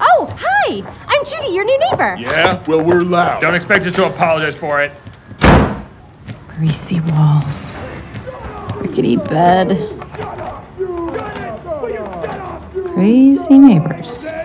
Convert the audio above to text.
Oh, hi! I'm Judy, your new neighbor. Yeah? Well, we're loud. Don't expect us to apologize for it. Greasy walls. Rickety bed. Crazy neighbors.